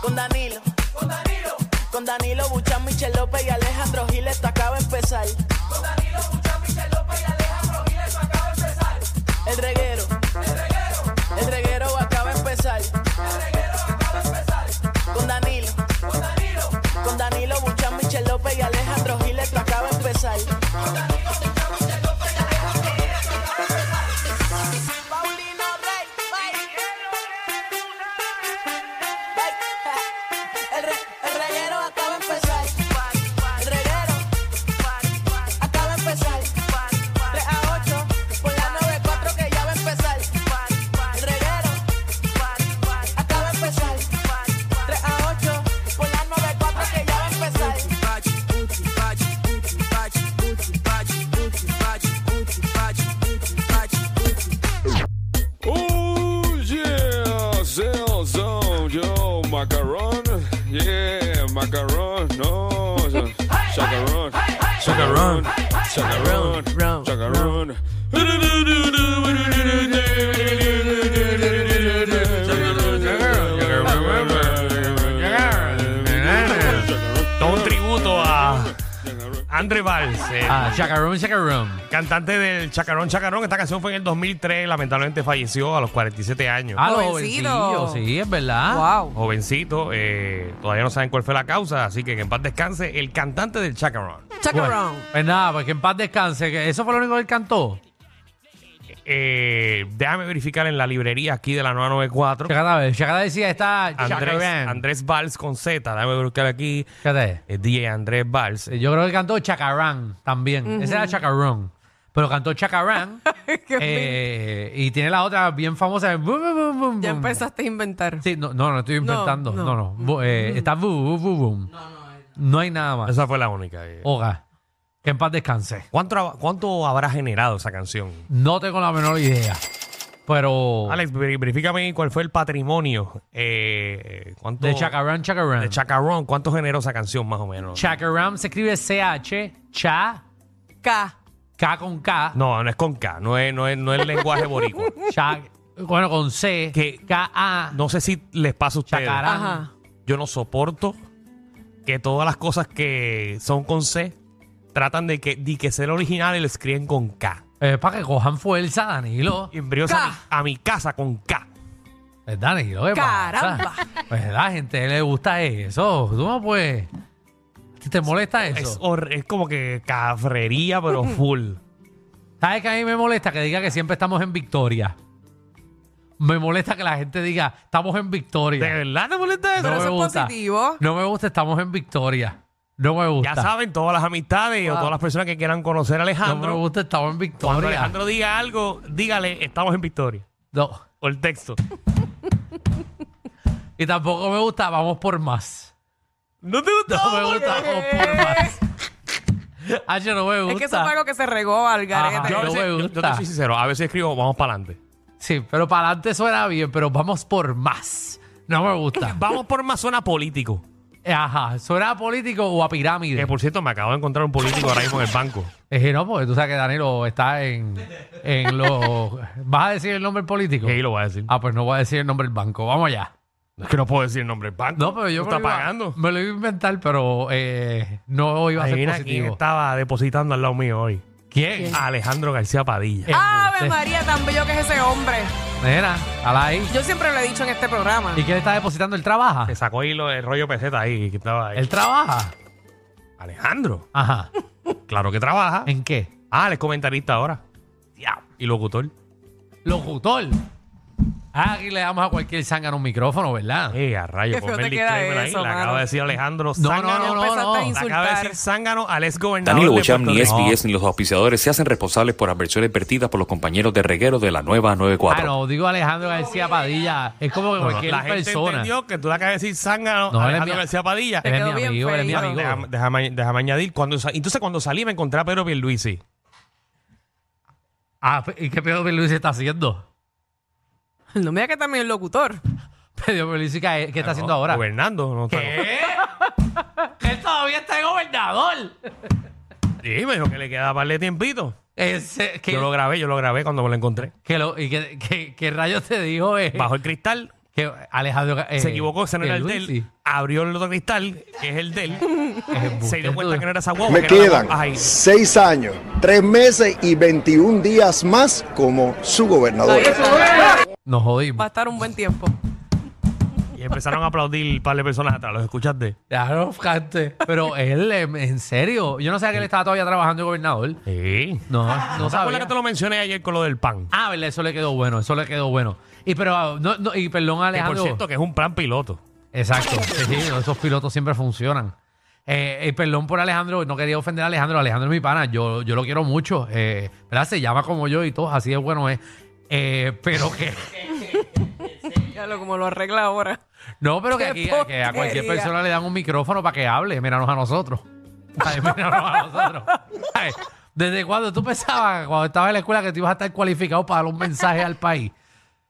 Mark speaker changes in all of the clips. Speaker 1: Con Danilo. Con Danilo. Con Danilo Buchan, Michel López y Alejandro Gil, esto acaba de empezar. Con Danilo Buchan, Michel López y Alejandro Gil, esto acaba de empezar. El reguero. El reguero. El reguero acaba de empezar. El reguero acaba de empezar. Con Danilo. Con Danilo. Con Danilo Buchan, Michel López y Alejandro Gil, esto acaba de empezar. Con Danilo Buchan, Michel López y Alejandro Gil, esto acaba de empezar. Paulino Rey. El, re- el reguero acaba de empezar. El reguero acaba de empezar. 3 a 8 por la 94 que ya va a empezar. El reguero acaba de empezar. 3 a 8 por la 94 que ya va a empezar.
Speaker 2: Oh yeah, Selson, yo, macarón, yeah, oh, macarón, no, chacarón, chacarón, chacarón, chacarón.
Speaker 3: Todo un tributo a Andre Valls, eh,
Speaker 4: Ah, chacarón, chacarón.
Speaker 3: cantante del Chacarón Chacarón. Esta canción fue en el 2003, lamentablemente falleció a los 47 años.
Speaker 4: Ah, los
Speaker 5: Jovencito.
Speaker 4: jovencillos, sí, es verdad.
Speaker 5: Wow.
Speaker 3: Jovencito, eh, todavía no saben cuál fue la causa, así que que en paz descanse el cantante del Chacarón.
Speaker 4: Bueno,
Speaker 5: Chacarón.
Speaker 4: pues nada, pues que en paz descanse. que eso fue lo único que él cantó.
Speaker 3: Eh, déjame verificar en la librería aquí de la 994.
Speaker 4: Chacata, Chacata eh, decía, está
Speaker 3: Andrés,
Speaker 4: chacarón.
Speaker 3: Andrés Valls con Z, déjame buscar aquí.
Speaker 4: Fíjate,
Speaker 3: El DJ Andrés Valls.
Speaker 4: Yo creo que cantó chacarán también. Ese era chacarón. Pero cantó chacarán.
Speaker 5: Qué
Speaker 4: eh, y tiene la otra bien famosa. bum, bum, bum, bum,
Speaker 5: Ya
Speaker 4: bum.
Speaker 5: empezaste a inventar.
Speaker 4: Sí, no, no, no estoy inventando. No,
Speaker 5: no.
Speaker 4: no. Bu- eh, está bu, bu, bu, bum. No hay nada más.
Speaker 3: Esa fue la única. eh.
Speaker 4: Oga, que en paz descanse.
Speaker 3: ¿Cuánto, hab- ¿Cuánto habrá generado esa canción?
Speaker 4: No tengo la menor idea. Pero.
Speaker 3: Alex, ver- verifícame cuál fue el patrimonio. eh, ¿cuánto,
Speaker 4: de chacarán, chacarán.
Speaker 3: de Chacarrón, ¿Cuánto generó esa canción más o menos?
Speaker 4: Chacaram se escribe CH, cha,
Speaker 5: K.
Speaker 4: K con K,
Speaker 3: no, no es con K, no es, no es, no es lenguaje boricua.
Speaker 4: cha- bueno, con C,
Speaker 3: Que-
Speaker 4: K-A,
Speaker 3: No sé si les pasa a ustedes.
Speaker 4: Chacarán.
Speaker 5: Ajá.
Speaker 3: Yo no soporto que todas las cosas que son con C tratan de que, de que ser original y lo escriben con K.
Speaker 4: Eh, para que cojan fuerza, Danilo.
Speaker 3: Y envíos
Speaker 5: K.
Speaker 3: a, mi- a mi casa con K.
Speaker 4: Es Danilo, ¿qué pasa?
Speaker 5: Caramba.
Speaker 4: Pues a la gente le gusta eso. Tú no puedes. Si te molesta eso.
Speaker 3: Es, hor- es como que cafrería, pero full.
Speaker 4: ¿Sabes que a mí me molesta que diga que siempre estamos en victoria? Me molesta que la gente diga, estamos en
Speaker 3: ¿De
Speaker 4: victoria.
Speaker 3: verdad te molesta eso?
Speaker 5: Pero eso es
Speaker 4: gusta.
Speaker 5: positivo.
Speaker 4: No me gusta, estamos en victoria. No me gusta.
Speaker 3: Ya saben, todas las amistades o
Speaker 4: Wow.
Speaker 3: todas las personas que quieran conocer a
Speaker 4: no me
Speaker 3: Alejandro.
Speaker 4: gusta, estamos en victoria.
Speaker 3: cuando Alejandro diga algo, dígale, estamos en victoria.
Speaker 4: No.
Speaker 3: O el texto.
Speaker 4: Y tampoco me gusta, vamos por más.
Speaker 3: No te
Speaker 4: No
Speaker 3: gusta.
Speaker 4: me gusta, vamos por más. Ah, yo no me gusta.
Speaker 5: Es que eso fue algo que se regó al
Speaker 3: yo,
Speaker 4: Ajá.
Speaker 5: garete.
Speaker 3: a
Speaker 4: no
Speaker 3: veces-
Speaker 4: me
Speaker 3: yo- yo
Speaker 4: gusta.
Speaker 3: te soy sincero, a veces escribo, vamos para adelante.
Speaker 4: Sí, pero para adelante suena bien, pero vamos por más. No me gusta. Eh,
Speaker 3: Vamos por más zona político.
Speaker 4: Ajá, suena a político o a pirámide.
Speaker 3: Que por cierto, me acabo de encontrar un político ahora mismo en el banco.
Speaker 4: Es que no, porque tú sabes que Danilo está en, en los... ¿Vas a decir el nombre del político?
Speaker 3: Y ahí lo voy a decir.
Speaker 4: Ah, pues no voy a decir el nombre del banco. Vamos allá.
Speaker 3: Es que no puedo decir el nombre del banco.
Speaker 4: No, pero
Speaker 3: Lo
Speaker 4: yo me
Speaker 3: está
Speaker 4: lo iba-
Speaker 3: pagando.
Speaker 4: Me lo iba a inventar, pero eh, no iba a ser
Speaker 3: Adivina quién
Speaker 4: positivo.
Speaker 3: estaba depositando al lado mío hoy.
Speaker 4: ¿Quién?
Speaker 3: Alejandro García Padilla.
Speaker 5: Ave María, tan bello que es ese hombre.
Speaker 4: Nena, ala ahí.
Speaker 5: Yo siempre lo he dicho en este programa.
Speaker 4: ¿Y quién está depositando? ¿Él trabaja?
Speaker 3: Se sacó ahí lo, el rollo peseta ahí que estaba ahí.
Speaker 4: ¿Él trabaja?
Speaker 3: Alejandro.
Speaker 4: Ajá.
Speaker 3: Claro que trabaja.
Speaker 4: ¿En qué?
Speaker 3: Ah, él es comentarista ahora. Ya. Y locutor.
Speaker 4: Locutor. Ah, aquí le damos a cualquier zángano un micrófono, ¿verdad?
Speaker 3: Eh, a rayo,
Speaker 5: Qué feo
Speaker 3: ponme el
Speaker 5: te queda
Speaker 3: disclaimer ahí.
Speaker 5: eso,
Speaker 3: Le
Speaker 5: mano.
Speaker 3: acaba de decir Alejandro
Speaker 4: No,
Speaker 3: Zángano.
Speaker 4: no, no,
Speaker 5: Empezaste
Speaker 4: no,
Speaker 5: a
Speaker 3: Le acaba
Speaker 4: no.
Speaker 3: de
Speaker 5: insultar.
Speaker 3: decir Zángano al ex gobernador.
Speaker 6: Danilo
Speaker 3: de
Speaker 6: Bocham,
Speaker 3: Puerto
Speaker 6: ni
Speaker 3: Rico.
Speaker 6: SBS ni los auspiciadores se hacen responsables por adversiones vertidas por los compañeros de reguero de la nueva 94.
Speaker 4: Ah, no, digo Alejandro García Padilla. Es como que
Speaker 3: No, no,
Speaker 4: cualquier
Speaker 3: la gente
Speaker 4: persona.
Speaker 3: entendió que tú le acabas de decir Zángano a
Speaker 4: No, Eh, él es
Speaker 3: Alejandro
Speaker 4: mi-
Speaker 3: García Padilla.
Speaker 4: Él es
Speaker 5: Te
Speaker 4: mi
Speaker 5: quedó bien
Speaker 4: amigo, él es mi
Speaker 5: feíto.
Speaker 4: amigo.
Speaker 3: Déjame, déjame- déjame añadir. Cuando sa- Entonces, cuando salí, me encontré a Pedro Pierluisi.
Speaker 4: Ah, ¿y qué Pedro Luis está haciendo?
Speaker 5: No me digas que también es locutor.
Speaker 4: Pedro Luis, ¿qué, qué está haciendo
Speaker 3: No,
Speaker 4: ahora?
Speaker 3: Gobernando. No está-
Speaker 4: ¿Qué? Él todavía está de gobernador.
Speaker 3: Sí, me dijo que le quedaba par de tiempito.
Speaker 4: Ese- que,
Speaker 3: Yo lo grabé, yo lo grabé cuando me lo encontré.
Speaker 4: que lo- y que- que- que rayos te dijo? eh?
Speaker 3: Bajo el cristal,
Speaker 4: que Alejandro... eh,
Speaker 3: se equivocó, ese no era el de
Speaker 4: Pierluisi.
Speaker 3: él. Abrió el otro cristal, que es el de él.
Speaker 4: embuste,
Speaker 3: se dio cuenta
Speaker 4: tú.
Speaker 3: que no era esa guagua.
Speaker 7: Me
Speaker 3: que era la
Speaker 7: quedan
Speaker 3: guagua- ay,
Speaker 7: seis años, tres meses y 21 días más como su gobernador.
Speaker 4: Nos
Speaker 5: Va a
Speaker 4: jodimos.
Speaker 5: estar un buen tiempo.
Speaker 3: Y empezaron a aplaudir un par de personas atrás. ¿Los escuchaste?
Speaker 4: Claro, fíjate. Pero él, em, en serio, yo no sabía que él estaba todavía trabajando de gobernador.
Speaker 3: Sí.
Speaker 4: No,
Speaker 3: Ah, ¿No
Speaker 4: no
Speaker 3: te acuerdas que
Speaker 4: sabía.
Speaker 3: te lo mencioné ayer con lo del pan?
Speaker 4: Ah, verdad, eso le quedó bueno, eso le quedó bueno. Y pero, ah, no, no, y perdón,
Speaker 3: Que por
Speaker 4: Alejandro.
Speaker 3: cierto, que es un plan piloto.
Speaker 4: Exacto. Sí, sí, no, esos pilotos siempre funcionan. Eh, eh, perdón por Alejandro, no quería ofender a Alejandro. Alejandro es mi pana, yo, yo lo quiero mucho. Eh, ¿verdad? Se llama como yo y todo, así de bueno es. Eh, pero que.
Speaker 5: Ya lo como lo arregla ahora.
Speaker 4: No, pero que
Speaker 5: Qué
Speaker 4: aquí a- que a cualquier
Speaker 5: porquería.
Speaker 4: persona le dan un micrófono para que hable. Míranos a nosotros. Ay, míranos a nosotros. Ay, ¿Desde cuándo tú pensabas, cuando estabas en la escuela, que te ibas a estar cualificado para dar un mensaje al país?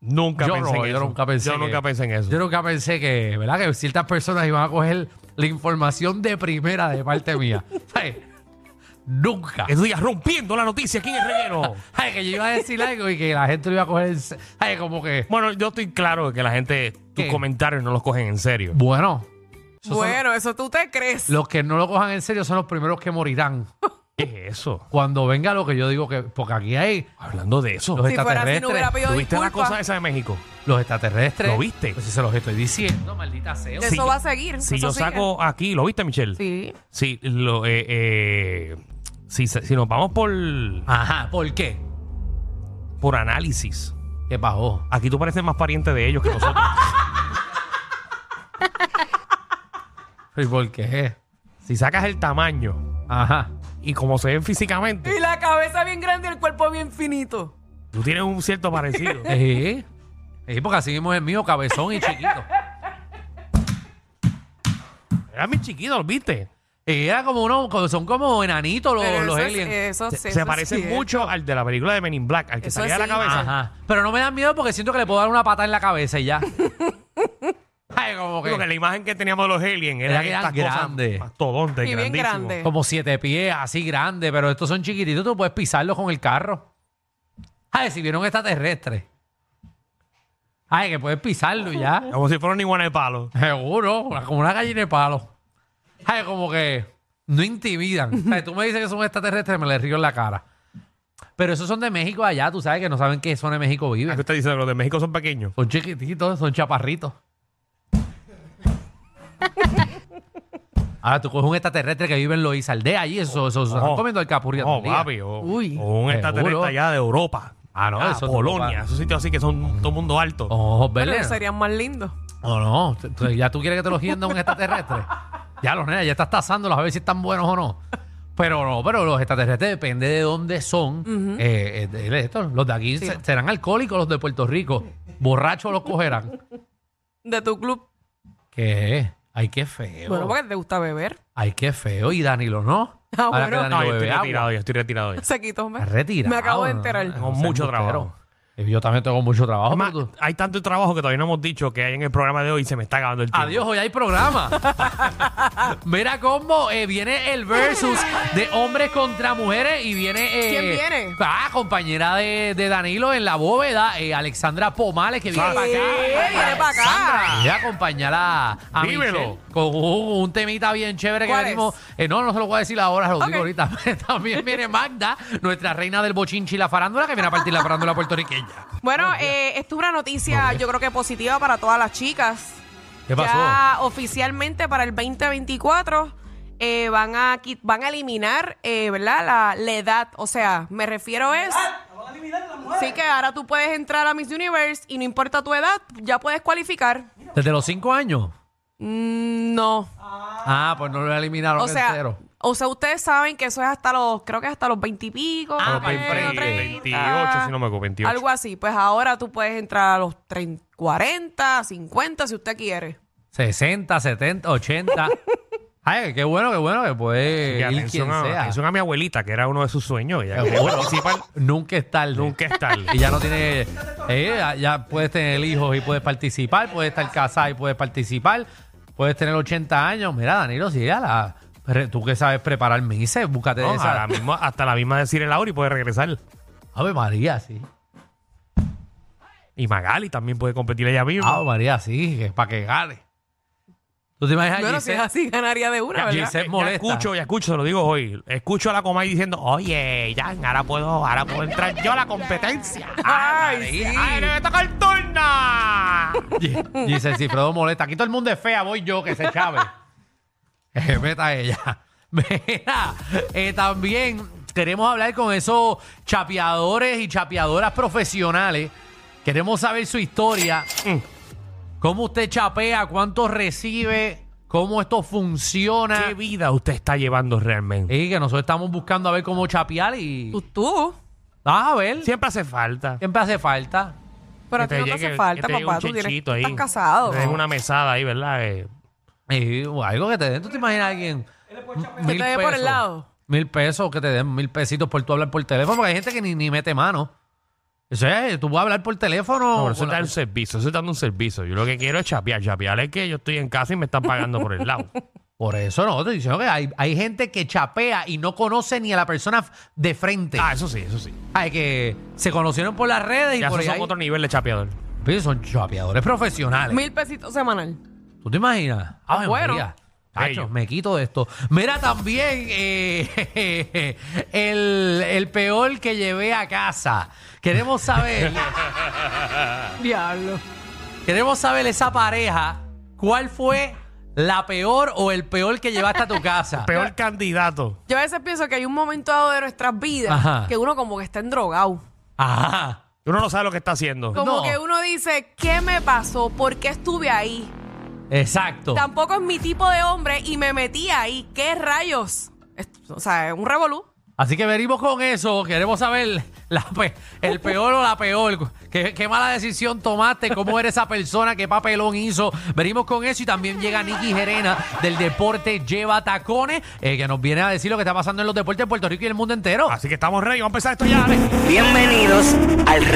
Speaker 3: Nunca
Speaker 4: yo
Speaker 3: pensé
Speaker 4: no,
Speaker 3: en
Speaker 4: yo
Speaker 3: eso.
Speaker 4: nunca pensé.
Speaker 3: Yo
Speaker 4: que-
Speaker 3: nunca pensé en eso.
Speaker 4: Yo nunca pensé que, ¿verdad? Que ciertas personas iban a coger la información de primera de parte mía. Ay, Nunca.
Speaker 3: Que tú digas, rompiendo la noticia aquí en el reguero.
Speaker 4: Ay, que yo iba a decir algo y que la gente lo iba a coger. en se- Ay, como que.
Speaker 3: bueno, yo estoy claro de que la gente, tus
Speaker 4: ¿Qué?
Speaker 3: comentarios no los cogen en serio.
Speaker 4: Bueno, son-
Speaker 5: Bueno, eso tú te crees.
Speaker 4: los que no lo cojan en serio son los primeros que morirán.
Speaker 3: ¿Qué es eso?
Speaker 4: Cuando venga lo que yo digo que. Porque aquí hay
Speaker 3: Hablando de eso.
Speaker 4: los
Speaker 5: Si fuera así, no hubiera
Speaker 4: extraterrestres.
Speaker 5: pedido
Speaker 3: ¿Tuviste la cosa
Speaker 5: disculpas.
Speaker 3: esa de México?
Speaker 4: Los extraterrestres.
Speaker 3: ¿Lo viste?
Speaker 4: Pues se los estoy diciendo, maldita sea.
Speaker 5: Eso
Speaker 3: si yo-
Speaker 5: va a seguir.
Speaker 3: Si
Speaker 5: eso
Speaker 3: yo
Speaker 5: sigue.
Speaker 3: saco aquí, ¿lo viste, Michelle?
Speaker 5: Sí.
Speaker 3: Sí, lo, eh, eh, si, se- si nos vamos por,
Speaker 4: Ajá, ¿por qué?
Speaker 3: por análisis,
Speaker 4: ¿Qué pasó?
Speaker 3: aquí tú pareces más pariente de ellos que nosotros.
Speaker 4: ¿Y por qué?
Speaker 3: si sacas el tamaño
Speaker 4: Ajá.
Speaker 3: y como se ven físicamente,
Speaker 5: Y la cabeza bien grande y el cuerpo bien finito.
Speaker 3: tú tienes un cierto parecido.
Speaker 4: Eh, Sí. Sí, porque así mismo es el mío, cabezón y chiquito.
Speaker 3: Eran mis chiquitos, ¿los ¿viste?
Speaker 4: Y Eh, era como uno, como- son como enanitos los,
Speaker 5: Pero
Speaker 4: los
Speaker 5: eso es- eh,
Speaker 4: aliens.
Speaker 5: eso sí, eso
Speaker 3: se
Speaker 5: es
Speaker 3: parecen
Speaker 5: cierto.
Speaker 3: mucho al de la película de Men in Black, al que
Speaker 5: Eso
Speaker 3: salía de la
Speaker 5: sí.
Speaker 3: cabeza.
Speaker 4: Ajá. Pero no me dan miedo porque siento que le puedo dar una pata en la cabeza y ya. Ay, como
Speaker 3: Porque
Speaker 4: que.
Speaker 3: la imagen que teníamos de los aliens era,
Speaker 4: Era que
Speaker 3: estas
Speaker 4: eran
Speaker 3: cosas
Speaker 4: grandes.
Speaker 3: mastodontes,
Speaker 5: Y bien
Speaker 3: grandísimos.
Speaker 5: grandes.
Speaker 4: Como siete pies, así grande, pero estos son chiquititos, tú puedes pisarlos con el carro. Ay, si vieron extraterrestres. Ay, que puedes pisarlo y ya.
Speaker 3: Como si fueran iguanes de palo.
Speaker 4: Seguro, una- como una gallina de palo. Ay, como que no intimidan. O sea, tú me dices que son extraterrestres, me les río en la cara. Pero esos son de México allá, tú sabes que no saben qué son de México
Speaker 3: ¿Qué
Speaker 4: viven.
Speaker 3: usted dice? Los de México son pequeños.
Speaker 4: Son chiquititos, son chaparritos. Ahora tú coges un extraterrestre que vive en Loizaldea allí, eso, eso, eso, están
Speaker 3: No.
Speaker 4: comiendo alcapurria todo
Speaker 3: No,
Speaker 4: el día.
Speaker 3: Oh, papi. O,
Speaker 5: Uy.
Speaker 3: o un extraterrestre
Speaker 4: Seguro.
Speaker 3: allá de Europa.
Speaker 4: Ah, no,
Speaker 3: Ah,
Speaker 4: eso no,
Speaker 3: Polonia.
Speaker 4: papá.
Speaker 3: Esos sitios así que son todo mundo alto.
Speaker 4: Ojos
Speaker 5: Pero
Speaker 4: verdes.
Speaker 5: serían más lindos.
Speaker 4: No, no. tú- tú- Ya tú quieres que te los hienda un extraterrestre. Ya los nenas, ya estás tasándolos a ver si están buenos o no. Pero no, pero los extraterrestres depende de dónde son. Eh, eh, de- de estos, los de aquí se- serán alcohólicos los de Puerto Rico. Borrachos los cogerán.
Speaker 5: De tu club.
Speaker 4: ¿Qué? Ay, qué feo.
Speaker 5: Bueno, porque te gusta beber.
Speaker 4: Ay, qué feo. Y Danilo, ¿no?
Speaker 5: Ah,
Speaker 4: Ahora
Speaker 5: bueno.
Speaker 4: que
Speaker 3: No,
Speaker 4: Danilo
Speaker 3: yo estoy
Speaker 4: bebe agua.
Speaker 3: retirado ya, estoy retirado ya.
Speaker 5: Se quitó, hombre.
Speaker 4: Está retirado,
Speaker 5: Me acabo de
Speaker 4: ¿no?
Speaker 5: enterar.
Speaker 4: No
Speaker 3: Con
Speaker 4: seas
Speaker 3: mucho
Speaker 4: embustero.
Speaker 3: trabajo.
Speaker 4: Y Yo también tengo mucho trabajo.
Speaker 3: Además,
Speaker 4: Oh, pero tú-
Speaker 3: hay tanto trabajo que todavía no hemos dicho que hay en el programa de hoy y se me está acabando el tiempo.
Speaker 4: Adiós, hoy hay programa. Mira cómo eh, viene el versus de hombres contra mujeres y viene... eh,
Speaker 5: ¿Quién viene?
Speaker 4: Ah, compañera de, de Danilo en la bóveda, eh, Alexandra Pomales, que viene
Speaker 3: Sí,
Speaker 4: para acá.
Speaker 5: viene pa' acá.
Speaker 4: Alexandra, Voy a acompañar a, a
Speaker 3: Dímelo.
Speaker 4: Michelle con un, un temita bien chévere que
Speaker 5: ¿Cuál
Speaker 4: venimos. eh, no, no se lo voy a decir ahora, lo
Speaker 5: Ok.
Speaker 4: digo ahorita. También viene Magda, nuestra reina del bochinchi y la farándula, que viene a partir la farándula puertorriqueña.
Speaker 5: Bueno, eh, esto es una noticia, yo creo que positiva para todas las chicas.
Speaker 4: ¿Qué pasó?
Speaker 5: Ya oficialmente para el 2024 eh, van, a, qui- van a eliminar, eh, ¿verdad? La, la edad. O sea, me refiero es... Así que ahora tú puedes entrar a Miss Universe y no importa tu edad, ya puedes cualificar.
Speaker 4: Desde los cinco años.
Speaker 5: Mm, No.
Speaker 4: Ah, pues no lo eliminaron
Speaker 5: O sea,
Speaker 4: entero.
Speaker 5: o sea, ustedes saben que eso es hasta los, creo que hasta los 20 y pico.
Speaker 4: Ah,
Speaker 5: menos,
Speaker 4: para el frente,
Speaker 3: 28, si no me equivoco, 28.
Speaker 5: Algo así. Pues ahora tú puedes entrar a los 30, 40, 50 si usted quiere.
Speaker 4: 60, 70, 80. Ay, qué bueno, qué bueno que
Speaker 3: Y
Speaker 4: puede ir
Speaker 3: atención,
Speaker 4: quien
Speaker 3: a,
Speaker 4: sea.
Speaker 3: atención a mi abuelita, que era uno de sus sueños. Ella quería
Speaker 4: Seguro.
Speaker 3: participar.
Speaker 4: Nunca es tarde.
Speaker 3: Nunca es tarde.
Speaker 4: Y ya no tiene. eh, ya- ya puedes tener hijos y puedes participar, puedes estar casada y puedes participar, puedes tener 80 años. Mira, Danilo, si ya la. re- Tú que sabes preparar mises, búscate
Speaker 3: No,
Speaker 4: esa.
Speaker 3: ahora mismo, hasta la misma de Cire Lauri puede regresar.
Speaker 4: Ave María, sí.
Speaker 3: Y Magali también puede competir ella misma.
Speaker 4: Ah, María, sí, que para que gane. ¿Tú te imaginas a
Speaker 5: Bueno, si es
Speaker 4: Giselle?
Speaker 5: así, ganaría de una,
Speaker 4: Ya,
Speaker 5: ¿verdad?
Speaker 4: Giselle
Speaker 3: Ya
Speaker 4: molesta.
Speaker 3: escucho, ya escucho, se lo digo hoy. Escucho a la Comay diciendo, oye, Jan, ahora puedo, ahora puedo entrar yo a la competencia.
Speaker 5: Ah,
Speaker 3: ¡Ay,
Speaker 4: María.
Speaker 3: sí! ¡Ay, no me toca el turno!
Speaker 4: Gi- Giselle Cifredo molesta. Aquí todo el mundo es fea, voy yo, que se chave. Eh, Meta ella. Mira, eh, también queremos hablar con esos chapeadores y chapeadoras profesionales. Queremos saber su historia. ¿Cómo usted chapea? ¿Cuánto recibe? ¿Cómo esto funciona?
Speaker 3: ¿Qué vida usted está llevando realmente?
Speaker 5: Eh,
Speaker 4: Y que nosotros estamos buscando a ver cómo chapear y...
Speaker 5: Tú, Pues tú.
Speaker 4: Ah, a ver.
Speaker 3: Siempre hace falta.
Speaker 4: Siempre hace falta.
Speaker 5: eh, Pero a ti
Speaker 3: Que
Speaker 5: no te
Speaker 3: llegue-
Speaker 5: hace
Speaker 3: que
Speaker 5: falta,
Speaker 3: te llegue
Speaker 5: papá.
Speaker 3: un
Speaker 5: Tú tienes,
Speaker 3: chinchito ahí.
Speaker 5: estás casado.
Speaker 3: Es una mesada ahí, ¿verdad? Eh,
Speaker 4: Y, o algo que te den. ¿Tú te imaginas a alguien?
Speaker 5: Que te dé por el lado.
Speaker 4: Mil pesos, que te den mil pesitos por tú hablar por teléfono, porque hay gente que ni, ni mete mano. Eso es, tú puedes hablar por teléfono.
Speaker 3: no, pero eso
Speaker 4: con
Speaker 3: está
Speaker 4: la-
Speaker 3: un servicio, eso está dando un servicio. Yo lo que quiero es chapear. Chapear es que yo estoy en casa y me están pagando por el lado.
Speaker 4: Por eso no, te diciendo que hay, hay gente que chapea y no conoce ni a la persona f- de frente.
Speaker 3: Ah, eso sí, eso sí.
Speaker 4: Ay, que se conocieron por las redes y
Speaker 3: Ya
Speaker 4: por
Speaker 3: esos
Speaker 4: ahí.
Speaker 3: son otro nivel de chapeador.
Speaker 4: Pero son chapeadores profesionales.
Speaker 5: Mil pesitos semanal.
Speaker 4: ¿Tú te imaginas?
Speaker 5: Ah,
Speaker 4: Ay,
Speaker 5: bueno.
Speaker 4: María. Tacho,
Speaker 3: Bello.
Speaker 4: me quito de esto. Mira también eh, el, el peor que llevé a casa. Queremos saber,
Speaker 5: Diablo.
Speaker 4: queremos saber esa pareja, ¿cuál fue la peor o el peor que llevaste a tu casa?
Speaker 3: Peor candidato.
Speaker 5: Yo a veces pienso que hay un momento dado de nuestras vidas
Speaker 4: Ajá.
Speaker 5: que uno como que está endrogado.
Speaker 4: Ajá.
Speaker 3: Uno no sabe lo que está haciendo.
Speaker 5: Como
Speaker 4: Pues No.
Speaker 5: que uno dice, ¿qué me pasó? ¿Por qué estuve ahí?
Speaker 4: Exacto.
Speaker 5: Tampoco es mi tipo de hombre y me metí ahí. ¿Qué rayos? Es- O sea, es un revolú.
Speaker 4: Así que venimos con eso. Queremos saber la pe- el peor o la peor. ¿Qué, qué mala decisión tomaste? ¿Cómo eres esa persona? ¿Qué papelón hizo? Venimos con eso y también llega Nicky Gerena del Deporte Lleva Tacones, eh, que nos viene a decir lo que está pasando en los deportes de Puerto Rico y el mundo entero.
Speaker 3: Así que estamos ready. Vamos a empezar esto ya, dale.
Speaker 8: Bienvenidos al